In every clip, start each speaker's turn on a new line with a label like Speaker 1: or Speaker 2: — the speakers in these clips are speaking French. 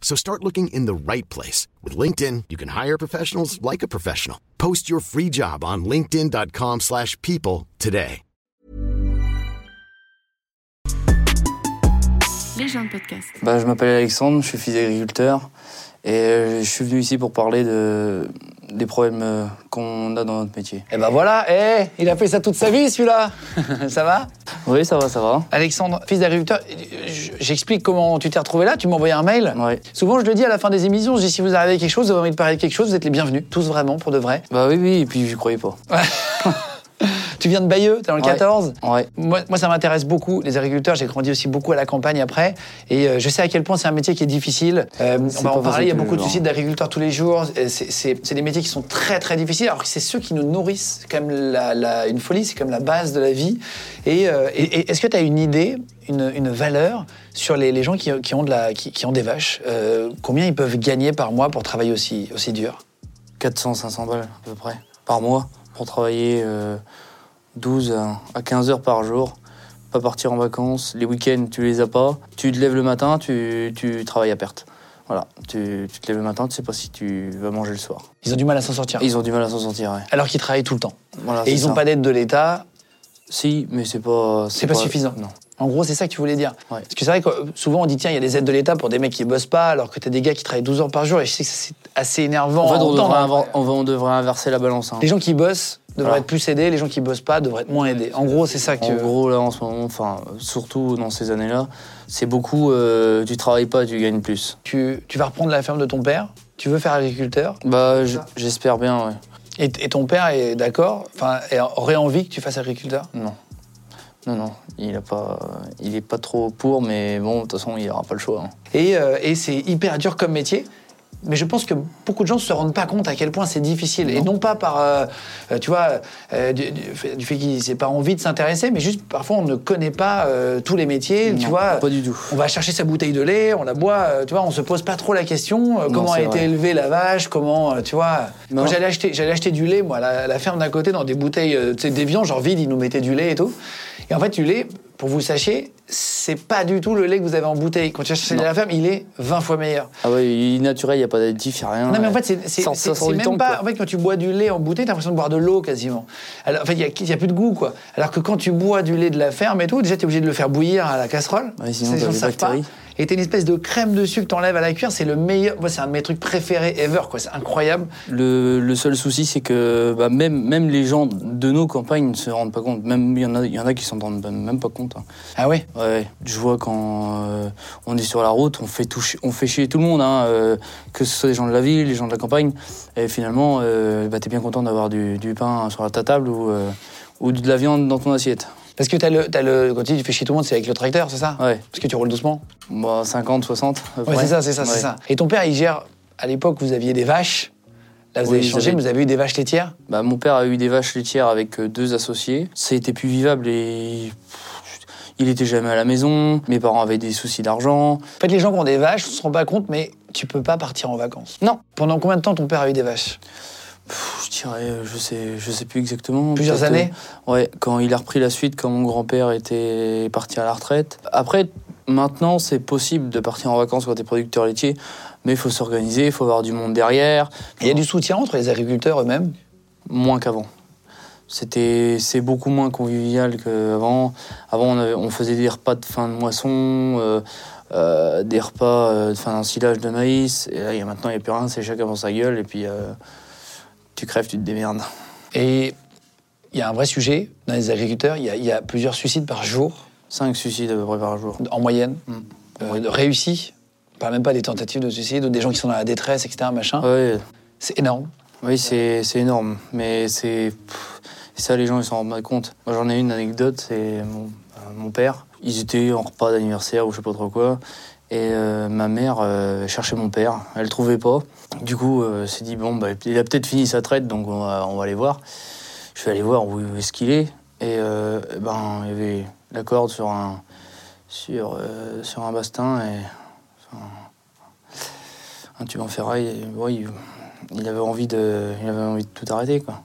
Speaker 1: So start looking in the right place. With LinkedIn, you can hire professionals like a professional. Post your free job on linkedin.com/people slash people today.
Speaker 2: Les gens de podcast.
Speaker 3: Bah, je m'appelle Alexandre, je suis fils d'agriculteur et euh, je suis venu ici pour parler de, des problèmes euh, qu'on a dans notre métier.
Speaker 4: Et ben voilà, eh, il a fait ça toute sa vie celui-là Ça va
Speaker 3: Oui, ça va, ça va.
Speaker 4: Alexandre, fils d'agriculteur, j- j'explique comment tu t'es retrouvé là, tu m'as envoyé un mail.
Speaker 3: Ouais.
Speaker 4: Souvent je le dis à la fin des émissions, je dis si vous arrivez à quelque chose, vous avez envie de parler de quelque chose, vous êtes les bienvenus, tous vraiment, pour de vrai.
Speaker 3: Bah oui, oui, et puis je croyais pas.
Speaker 4: Tu viens de Bayeux, t'es dans le
Speaker 3: Ouais.
Speaker 4: 14
Speaker 3: Ouais,
Speaker 4: Moi, moi, ça m'intéresse beaucoup, les agriculteurs. J'ai grandi aussi beaucoup à la campagne après. Et euh, je sais à quel point c'est un métier qui est difficile. Euh, on
Speaker 3: C'est
Speaker 4: va
Speaker 3: pas
Speaker 4: en parler, il y a
Speaker 3: facile tous
Speaker 4: beaucoup de
Speaker 3: les
Speaker 4: suicides
Speaker 3: jours.
Speaker 4: d'agriculteurs tous les jours. Et C'est c'est- c'est des métiers qui sont très, très difficiles. Alors que c'est ceux qui nous nourrissent. C'est quand même la- la- une folie, c'est comme la base de la vie. Et, euh, et- et est-ce que tu as une idée, une, une valeur sur les, les gens qui, qui ont de la, qui, qui ont des vaches Euh, Combien ils peuvent gagner par mois pour travailler aussi, aussi dur
Speaker 3: 400, 500 balles à peu près par mois pour travailler euh, 12 à- à 15 heures par jour, pas partir en vacances. Les week-ends, tu les as pas. Tu te lèves le matin, tu, tu travailles à perte. Voilà, tu, tu te lèves le matin, tu sais pas si tu vas manger le soir.
Speaker 4: Ils ont du mal à s'en sortir.
Speaker 3: Ils ont du mal à s'en sortir, ouais.
Speaker 4: Alors qu'ils travaillent tout le temps.
Speaker 3: Voilà,
Speaker 4: et
Speaker 3: c'est
Speaker 4: ils n'ont
Speaker 3: ça.
Speaker 4: pas d'aide de l'État.
Speaker 3: Si, mais c'est pas.
Speaker 4: C'est pas suffisant.
Speaker 3: Non.
Speaker 4: En gros, c'est ça que tu voulais dire.
Speaker 3: Ouais.
Speaker 4: Parce que c'est vrai que euh, souvent on dit tiens, il y a des aides de l'État pour des mecs qui bossent pas, alors que t'as des gars qui travaillent 12 heures par jour, et je sais que c'est assez énervant.
Speaker 3: En fait,
Speaker 4: à
Speaker 3: on
Speaker 4: entendre,
Speaker 3: devrait,
Speaker 4: hein.
Speaker 3: inver- on va- on devrait inverser la balance. hein.
Speaker 4: Les gens qui bossent devraient
Speaker 3: Voilà.
Speaker 4: être plus aidés, les gens qui bossent pas devraient être moins aidés. En gros, c'est ça que.
Speaker 3: En gros, là, en ce moment, enfin, surtout dans ces années-là, c'est beaucoup euh, tu travailles pas, tu gagnes plus.
Speaker 4: Tu, tu vas reprendre la ferme de ton père, tu veux faire agriculteur,
Speaker 3: Bah, j- j'espère bien, ouais.
Speaker 4: et, et ton père est d'accord, enfin, et aurait envie que tu fasses agriculteur.
Speaker 3: Non. Non, non, il a pas, il est pas trop pour, mais bon, de toute façon, il aura pas le choix. hein.
Speaker 4: Et, euh, et c'est hyper dur comme métier. Mais je pense que beaucoup de gens ne se rendent pas compte à quel point c'est difficile. Et non pas par, euh, euh, tu vois, euh, du, du fait, du fait qu'ils n'aient pas envie de s'intéresser, mais juste parfois on ne connaît pas euh, tous les métiers, tu
Speaker 3: Non,
Speaker 4: vois.
Speaker 3: pas du tout.
Speaker 4: On va chercher sa bouteille de lait, on la boit, euh, tu vois, on se pose pas trop la question, euh,
Speaker 3: Non,
Speaker 4: comment a
Speaker 3: c'est
Speaker 4: été
Speaker 3: vrai.
Speaker 4: élevée la vache, comment, euh, tu vois.
Speaker 3: Non.
Speaker 4: Quand j'allais acheter, j'allais acheter du lait, moi, à la, à la ferme d'à côté, dans des bouteilles, euh, tu sais, d'évian, genre vide, ils nous mettaient du lait et tout. Et en fait, du lait, pour vous sachiez, c'est pas du tout le lait que vous avez en bouteille. Quand tu achètes
Speaker 3: Non.
Speaker 4: la ferme, il est 20 fois meilleur.
Speaker 3: Ah ouais, il est naturel, il n'y a pas d'additif, il n'y a rien.
Speaker 4: Non, mais en
Speaker 3: ouais.
Speaker 4: fait, c'est- c'est
Speaker 3: Ça-
Speaker 4: c'est-
Speaker 3: ça sort
Speaker 4: c'est
Speaker 3: du
Speaker 4: même
Speaker 3: temple,
Speaker 4: pas.
Speaker 3: quoi.
Speaker 4: En fait, quand tu bois du lait en bouteille, t'as l'impression de boire de l'eau quasiment. Alors, en fait, il n'y a, plus de goût, quoi. Alors que quand tu bois du lait de la ferme et tout, déjà, t'es obligé de le faire bouillir à la casserole.
Speaker 3: Ouais, sinon,
Speaker 4: Ça,
Speaker 3: t'as
Speaker 4: gens
Speaker 3: les
Speaker 4: savent pas.
Speaker 3: bactéries.
Speaker 4: Et t'as une espèce de crème dessus que t'enlèves à la cuire. C'est le meilleur. Moi, c'est un de mes trucs préférés ever, quoi. C'est incroyable.
Speaker 3: Le, le seul souci, c'est que bah, même, même les gens de nos campagnes ne se rendent pas compte. Même il y en a, il y en a qui s'en rendent même pas compte. hein.
Speaker 4: Ah ouais
Speaker 3: Ouais, je vois quand euh, on est sur la route, on fait, tout chi- on fait chier tout le monde, hein, euh, que ce soit les gens de la ville, les gens de la campagne. Et finalement, euh, bah, t'es bien content d'avoir du, du pain sur ta table ou, euh, ou de la viande dans ton assiette.
Speaker 4: Parce que t'as le, t'as le. Quand tu dis tu fais chier tout le monde, c'est avec le tracteur, c'est ça
Speaker 3: Ouais,
Speaker 4: Parce que tu roules doucement.
Speaker 3: bah, 50, 60. à peu
Speaker 4: Ouais,
Speaker 3: près.
Speaker 4: c'est ça, c'est ça,
Speaker 3: Ouais.
Speaker 4: c'est ça. Et ton père, il gère. À l'époque, vous aviez des vaches. Là, vous
Speaker 3: Oui,
Speaker 4: avez changé,
Speaker 3: j'avais-
Speaker 4: mais vous avez eu des vaches laitières.
Speaker 3: Bah, mon père a eu des vaches laitières avec euh, deux associés. C'était plus vivable et pff, il était jamais à la maison. Mes parents avaient des soucis d'argent.
Speaker 4: En fait, les gens qui ont des vaches ne se rendent pas compte, mais tu peux pas partir en vacances.
Speaker 3: Non.
Speaker 4: Pendant combien de temps ton père a eu des vaches
Speaker 3: Pff, Je dirais, euh, je sais, je sais plus exactement.
Speaker 4: Plusieurs
Speaker 3: Peut-être,
Speaker 4: années
Speaker 3: euh, Ouais, quand il a repris la suite, quand mon grand-père était parti à la retraite. Après, maintenant, c'est possible de partir en vacances quand t'es producteur laitier, mais il faut s'organiser, il faut avoir du monde derrière,
Speaker 4: Et Il y a du soutien entre les agriculteurs eux-mêmes.
Speaker 3: moins qu'avant. C'était, c'est beaucoup moins convivial qu'avant. Avant, on, avait- on faisait des repas de fin de moisson, euh, euh, des repas euh, de fin d'un silage de maïs. Et là, il y a maintenant, il n'y a plus rien, c'est chacun dans sa gueule, et puis euh, tu crèves, tu te démerdes.
Speaker 4: Et il y a un vrai sujet dans les agriculteurs. Il y a, il y a plusieurs suicides par jour,
Speaker 3: 5 suicides à peu près par jour.
Speaker 4: en moyenne,
Speaker 3: Mm.
Speaker 4: euh, de réussis. On parle même pas des tentatives de suicide ou des gens qui sont dans la détresse, etc. Machin.
Speaker 3: Ouais,
Speaker 4: C'est énorme.
Speaker 3: oui, c'est c'est énorme. Mais c'est. pff, Ça, les gens, ils s'en rendent pas compte. Moi, j'en ai une anecdote, c'est mon, euh, mon père. Ils étaient en repas d'anniversaire ou je sais pas trop quoi. Et euh, ma mère euh, cherchait mon père, elle le trouvait pas. Du coup, euh, s'est dit bon, bah, il a peut-être fini sa traite, donc on va, on va aller voir. Je suis allé voir où, où est-ce qu'il est. Et euh, eh ben, il y avait la corde sur un, sur, euh, sur un bastin et enfin, un tube en ferraille. Et, ouais, il, il avait envie de, il avait envie de tout arrêter, quoi.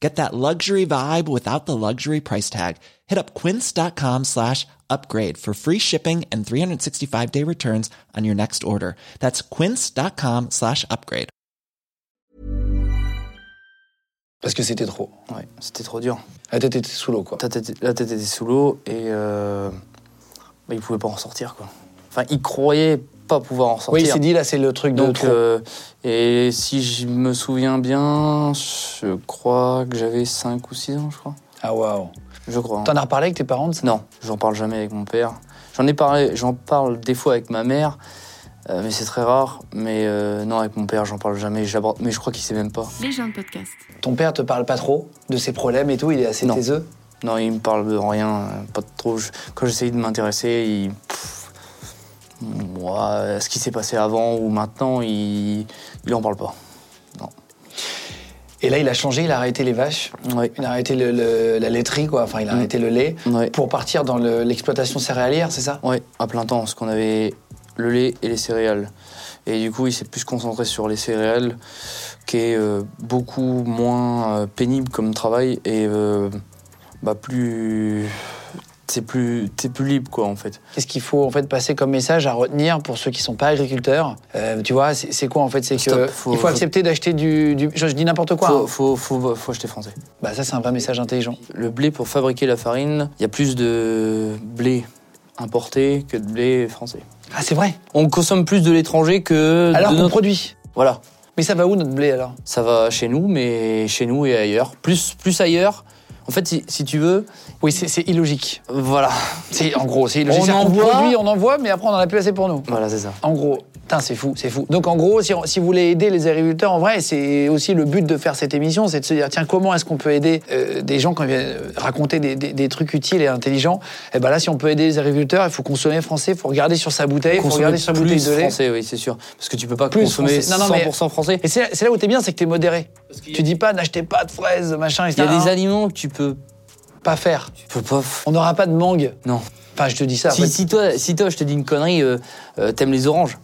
Speaker 2: Get that luxury vibe without the luxury price tag. Hit up quince.com slash upgrade for free shipping and 365 day returns on your next order. That's quince.com slash upgrade.
Speaker 4: Parce que c'était trop.
Speaker 3: Ouais, c'était trop dur.
Speaker 4: La tête était sous l'eau, quoi.
Speaker 3: La tête, la tête était sous l'eau et euh, bah, il pouvait pas en sortir, quoi. Enfin, il croyait pas pouvoir en
Speaker 4: Oui,
Speaker 3: sortir.
Speaker 4: il s'est dit, là, c'est le truc de
Speaker 3: Donc,
Speaker 4: trop.
Speaker 3: euh, et si je me souviens bien, je crois que j'avais 5 ou 6 ans, je crois.
Speaker 4: Ah, waouh.
Speaker 3: Je crois. hein.
Speaker 4: T'en as reparlé avec tes parents de ça
Speaker 3: Non, j'en parle jamais avec mon père. J'en ai parlé, j'en parle des fois avec ma mère, euh, mais c'est très rare. Mais euh, non, avec mon père, j'en parle jamais. j'aborde- Mais je crois qu'il sait même pas.
Speaker 5: Les gens de podcast.
Speaker 4: Ton père te parle pas trop de ses problèmes et tout, il est assez
Speaker 3: Non.
Speaker 4: taiseux
Speaker 3: Non, il me parle de rien, euh, pas de trop. Je- Quand j'essaye de m'intéresser, il. pff, moi, euh, ce qui s'est passé avant ou maintenant, il, il en parle pas.
Speaker 4: Et là, il a changé, il a arrêté les vaches,
Speaker 3: Ouais.
Speaker 4: il a arrêté le- le- la laiterie, quoi. Enfin, il a
Speaker 3: Mm.
Speaker 4: arrêté le lait
Speaker 3: Ouais.
Speaker 4: pour partir dans le- l'exploitation céréalière, c'est ça
Speaker 3: Ouais, à plein temps, parce qu'on avait le lait et les céréales. Et du coup, il s'est plus concentré sur les céréales, qui est euh, beaucoup moins euh, pénible comme travail et euh, bah, plus. T'es plus, t'es plus libre, quoi, en fait.
Speaker 4: Qu'est-ce qu'il faut en fait passer comme message à retenir pour ceux qui sont pas agriculteurs Euh, Tu vois, c'est c'est quoi en fait C'est que
Speaker 3: Stop, faut-
Speaker 4: il faut accepter d'acheter du, du- Je, je dis n'importe quoi.
Speaker 3: Faut,
Speaker 4: hein.
Speaker 3: faut, faut, faut acheter français.
Speaker 4: Bah ça, c'est un vrai message intelligent.
Speaker 3: Le blé, pour fabriquer la farine, il y a plus de blé importé que de blé français.
Speaker 4: Ah, c'est vrai.
Speaker 3: On consomme plus de l'étranger que
Speaker 4: Alors
Speaker 3: de
Speaker 4: qu'on
Speaker 3: notre...
Speaker 4: produit.
Speaker 3: Voilà.
Speaker 4: Mais ça va où notre blé alors
Speaker 3: ça va chez nous, mais chez nous et ailleurs. Plus, plus ailleurs. En fait, si, si tu veux,
Speaker 4: Oui, c'est c'est illogique.
Speaker 3: voilà.
Speaker 4: C'est en gros, c'est illogique.
Speaker 3: On
Speaker 4: C'est-à-dire qu'on
Speaker 3: envoie-
Speaker 4: produit, on envoie, mais après on en a plus assez pour nous.
Speaker 3: Voilà, c'est ça.
Speaker 4: En gros, putain, c'est fou, c'est fou. Donc en gros, si, on- si vous voulez aider les agriculteurs, en vrai, c'est aussi le but de faire cette émission, c'est de se dire, tiens, comment est-ce qu'on peut aider euh, des gens quand ils viennent euh, raconter des, des- des trucs utiles et intelligents Et ben là, si on peut aider les agriculteurs, il faut consommer français, il faut regarder sur sa bouteille, il faut regarder sur sa
Speaker 3: plus
Speaker 4: bouteille de lait.
Speaker 3: français, oui, c'est sûr. Parce que tu peux pas
Speaker 4: Plus
Speaker 3: consommer
Speaker 4: français. Non, non, mais-
Speaker 3: 100% français.
Speaker 4: Et c'est là- c'est là où t'es bien, c'est que t'es modéré. Tu dis pas, n'achetez pas de fraises, machin,
Speaker 3: Il y
Speaker 4: etc.
Speaker 3: a des
Speaker 4: Hein,
Speaker 3: aliments que tu peux,
Speaker 4: Pas faire.
Speaker 3: tu peux pas. f-
Speaker 4: On n'aura pas de mangue.
Speaker 3: Non.
Speaker 4: Enfin, je te dis ça. en
Speaker 3: Si,
Speaker 4: fait.
Speaker 3: si toi, si toi, je te dis une connerie, euh, euh, t'aimes les oranges.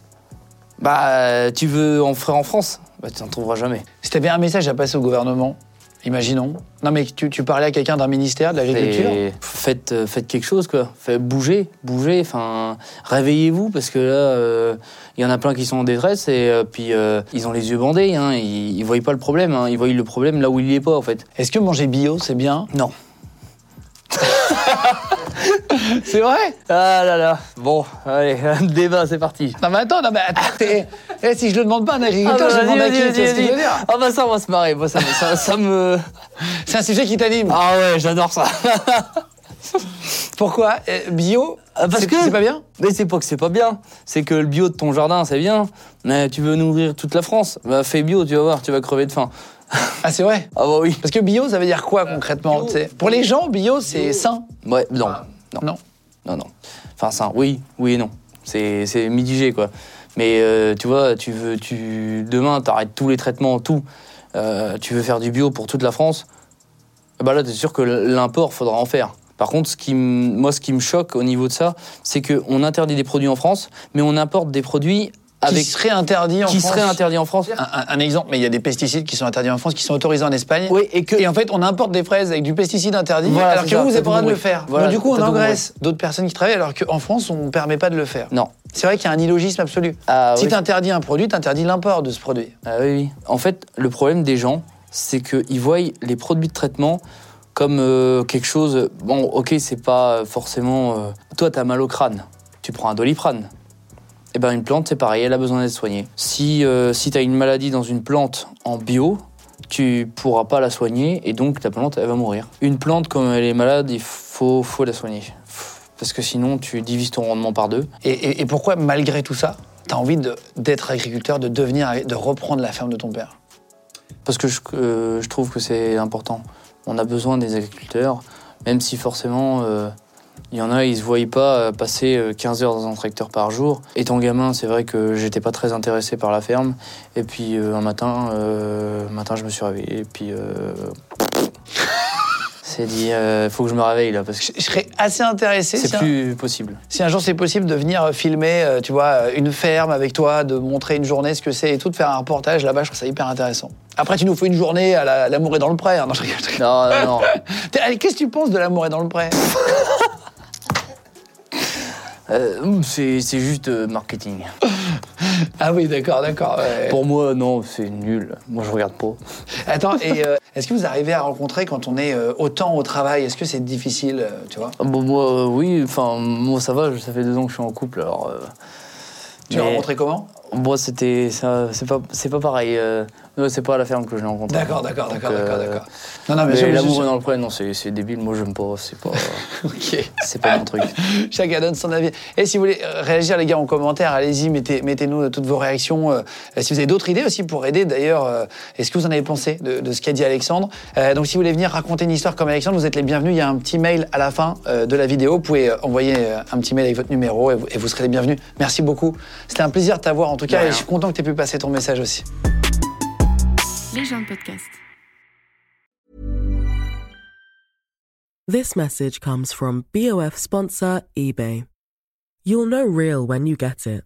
Speaker 3: Bah, euh, tu veux en faire en France. Bah, tu n'en trouveras jamais.
Speaker 4: Si t'avais un message à passer au gouvernement, imaginons. Non, mais tu, tu parlais à quelqu'un d'un ministère de l'agriculture.
Speaker 3: Et faites, euh, faites quelque chose, quoi. Faites bouger, bouger. Enfin, réveillez-vous parce que là, euh, il y en a plein qui sont en détresse et euh, puis euh, ils ont les yeux bandés. Hein, ils, ils voient pas le problème. hein, ils voient le problème là où il n'y est pas, en fait.
Speaker 4: Est-ce que manger bio, c'est bien
Speaker 3: Non.
Speaker 4: C'est vrai
Speaker 3: Ah là là. Bon, allez, débat, c'est parti. bah,
Speaker 4: Non, mais attends, non, mais attends. t'es- eh, si je le demande pas à un agriculteur, je le demande à qui tu vois ce que je veux dire
Speaker 3: Ah bah ça, on va se marrer. Moi, ça, me- ça- ça me.
Speaker 4: C'est un sujet qui t'anime.
Speaker 3: Ah ouais, j'adore ça.
Speaker 4: Pourquoi Euh, Bio
Speaker 3: Ah, parce
Speaker 4: c'est-
Speaker 3: que-
Speaker 4: C'est pas bien
Speaker 3: Mais c'est pas que c'est pas bien, c'est que le bio de ton jardin, c'est bien, mais tu veux nourrir toute la France, bah fais bio, tu vas voir, tu vas crever de faim.
Speaker 4: Ah, c'est vrai
Speaker 3: Ah bah oui.
Speaker 4: Parce que bio, ça veut dire quoi concrètement
Speaker 3: bio-
Speaker 4: tu sais Pour les gens, bio, c'est sain.
Speaker 3: Ouais, non, non,
Speaker 4: Non.
Speaker 3: non, non. Enfin, ça, oui, oui et non. C'est c'est mitigé, quoi. Mais euh, tu vois, tu veux, tu demain, t'arrêtes tous les traitements, tout. Euh, tu veux faire du bio pour toute la France. Bah là, t'es sûr que l'import, faudra en faire. Par contre, ce qui m- moi, ce qui me choque au niveau de ça, c'est qu'on interdit des produits en France, mais on importe des produits
Speaker 4: Avec...
Speaker 3: avec
Speaker 4: Qui serait interdit en
Speaker 3: qui
Speaker 4: France
Speaker 3: seraient interdits en France.
Speaker 4: Un, un- un exemple, mais il y a des pesticides qui sont interdits en France, qui sont autorisés en Espagne.
Speaker 3: Oui, et que
Speaker 4: Et en fait, on importe des fraises avec du pesticide interdit,
Speaker 3: Voilà,
Speaker 4: alors
Speaker 3: c'est
Speaker 4: que
Speaker 3: ça,
Speaker 4: vous, vous
Speaker 3: t'as
Speaker 4: n'avez
Speaker 3: tout
Speaker 4: pas le droit de le
Speaker 3: compris.
Speaker 4: faire.
Speaker 3: Voilà,
Speaker 4: Donc, du coup, on
Speaker 3: t'as tout
Speaker 4: engraisse d'autres personnes qui travaillent, alors qu'en France, on ne permet pas de le faire.
Speaker 3: non.
Speaker 4: C'est vrai qu'il y a un illogisme absolu.
Speaker 3: Ah,
Speaker 4: si
Speaker 3: oui.
Speaker 4: tu interdis un produit, tu interdis l'import de ce produit.
Speaker 3: Ah oui, oui. En fait, le problème des gens, c'est qu'ils voient les produits de traitement comme euh, quelque chose. Bon, ok, c'est pas forcément. euh, Toi, t'as mal au crâne. Tu prends un doliprane. Eh ben, une plante, c'est pareil, elle a besoin d'être soignée. Si, euh, si t'as une maladie dans une plante en bio, tu pourras pas la soigner et donc ta plante, elle va mourir. Une plante, comme elle est malade, il faut, faut la soigner. Parce que sinon, tu divises ton rendement par deux.
Speaker 4: Et, et- et pourquoi, malgré tout ça, t'as envie de- d'être agriculteur, de devenir, de reprendre la ferme de ton père
Speaker 3: Parce que je, euh, je trouve que c'est important. On a besoin des agriculteurs, même si forcément, euh, il y en a, ils se voient pas euh, passer euh, 15 heures dans un tracteur par jour. Étant gamin, c'est vrai que j'étais pas très intéressé par la ferme. Et puis euh, un matin, euh, un matin, je me suis réveillé. Et puis. euh, c'est dit, euh, faut que je me réveille là, parce que
Speaker 4: Je, je serais assez intéressé si
Speaker 3: c'est
Speaker 4: un,
Speaker 3: plus possible.
Speaker 4: si un jour c'est possible de venir euh, filmer, euh, tu vois, euh, une ferme avec toi, de montrer une journée ce que c'est et tout, de faire un reportage là-bas, je trouve ça hyper intéressant. Après, tu nous fais une journée à la- l'amour est dans le pré. hein. Non, je rigole, je rigole.
Speaker 3: Non, non, non.
Speaker 4: T'es- allez, Qu'est-ce que tu penses de l'amour est dans le pré
Speaker 3: Euh, c'est c'est juste euh, marketing.
Speaker 4: Ah oui, d'accord, d'accord. ouais.
Speaker 3: Pour moi, non, c'est nul. Moi, je regarde pas.
Speaker 4: Attends, et euh, est-ce que vous arrivez à rencontrer quand on est euh, autant au travail Est-ce que c'est difficile, euh, tu vois
Speaker 3: Ah, Bon, moi, euh, oui, enfin, moi, ça va, ça fait deux ans que je suis en couple, alors. euh,
Speaker 4: Tu l'as
Speaker 3: mais-
Speaker 4: rencontré comment
Speaker 3: Moi, c'était. ça- C'est pas, c'est pas pareil. euh, non, c'est pas à la ferme que je l'ai rencontré.
Speaker 4: D'accord, d'accord,
Speaker 3: Donc,
Speaker 4: d'accord,
Speaker 3: euh,
Speaker 4: d'accord, d'accord. Non, non, mais, je-
Speaker 3: Mais
Speaker 4: je-
Speaker 3: l'amour
Speaker 4: je-
Speaker 3: est dans le pré, non, c'est c'est débile, moi, j'aime pas. C'est pas,
Speaker 4: Ok.
Speaker 3: c'est pas mon truc.
Speaker 4: Chacun donne son avis. Et si vous voulez euh, réagir, les gars, en commentaire, allez-y, mettez, nous toutes vos réactions. euh, euh, si vous avez d'autres idées aussi pour aider, d'ailleurs, euh, est-ce que vous en avez pensé de, de ce qu'a dit Alexandre Euh, Donc, si vous voulez venir raconter une histoire comme Alexandre, vous êtes les bienvenus. Il y a un petit mail à la fin euh, de la vidéo. Vous pouvez euh, envoyer euh, un petit mail avec votre numéro et vous, et vous serez les bienvenus. Merci beaucoup. C'était un plaisir de t'avoir, en tout cas, et
Speaker 3: De rien.
Speaker 4: je suis content que tu aies pu passer ton message aussi.
Speaker 5: Les gens de podcast.
Speaker 6: This message comes from BOF sponsor eBay. You'll know real when you get it.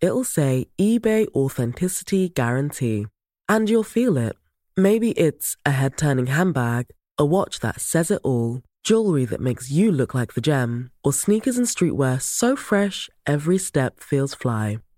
Speaker 6: It'll say eBay Authenticity Guarantee. And you'll feel it. Maybe it's a head turning handbag, a watch that says it all, jewelry that makes you look like the gem, or sneakers and streetwear so fresh every step feels fly.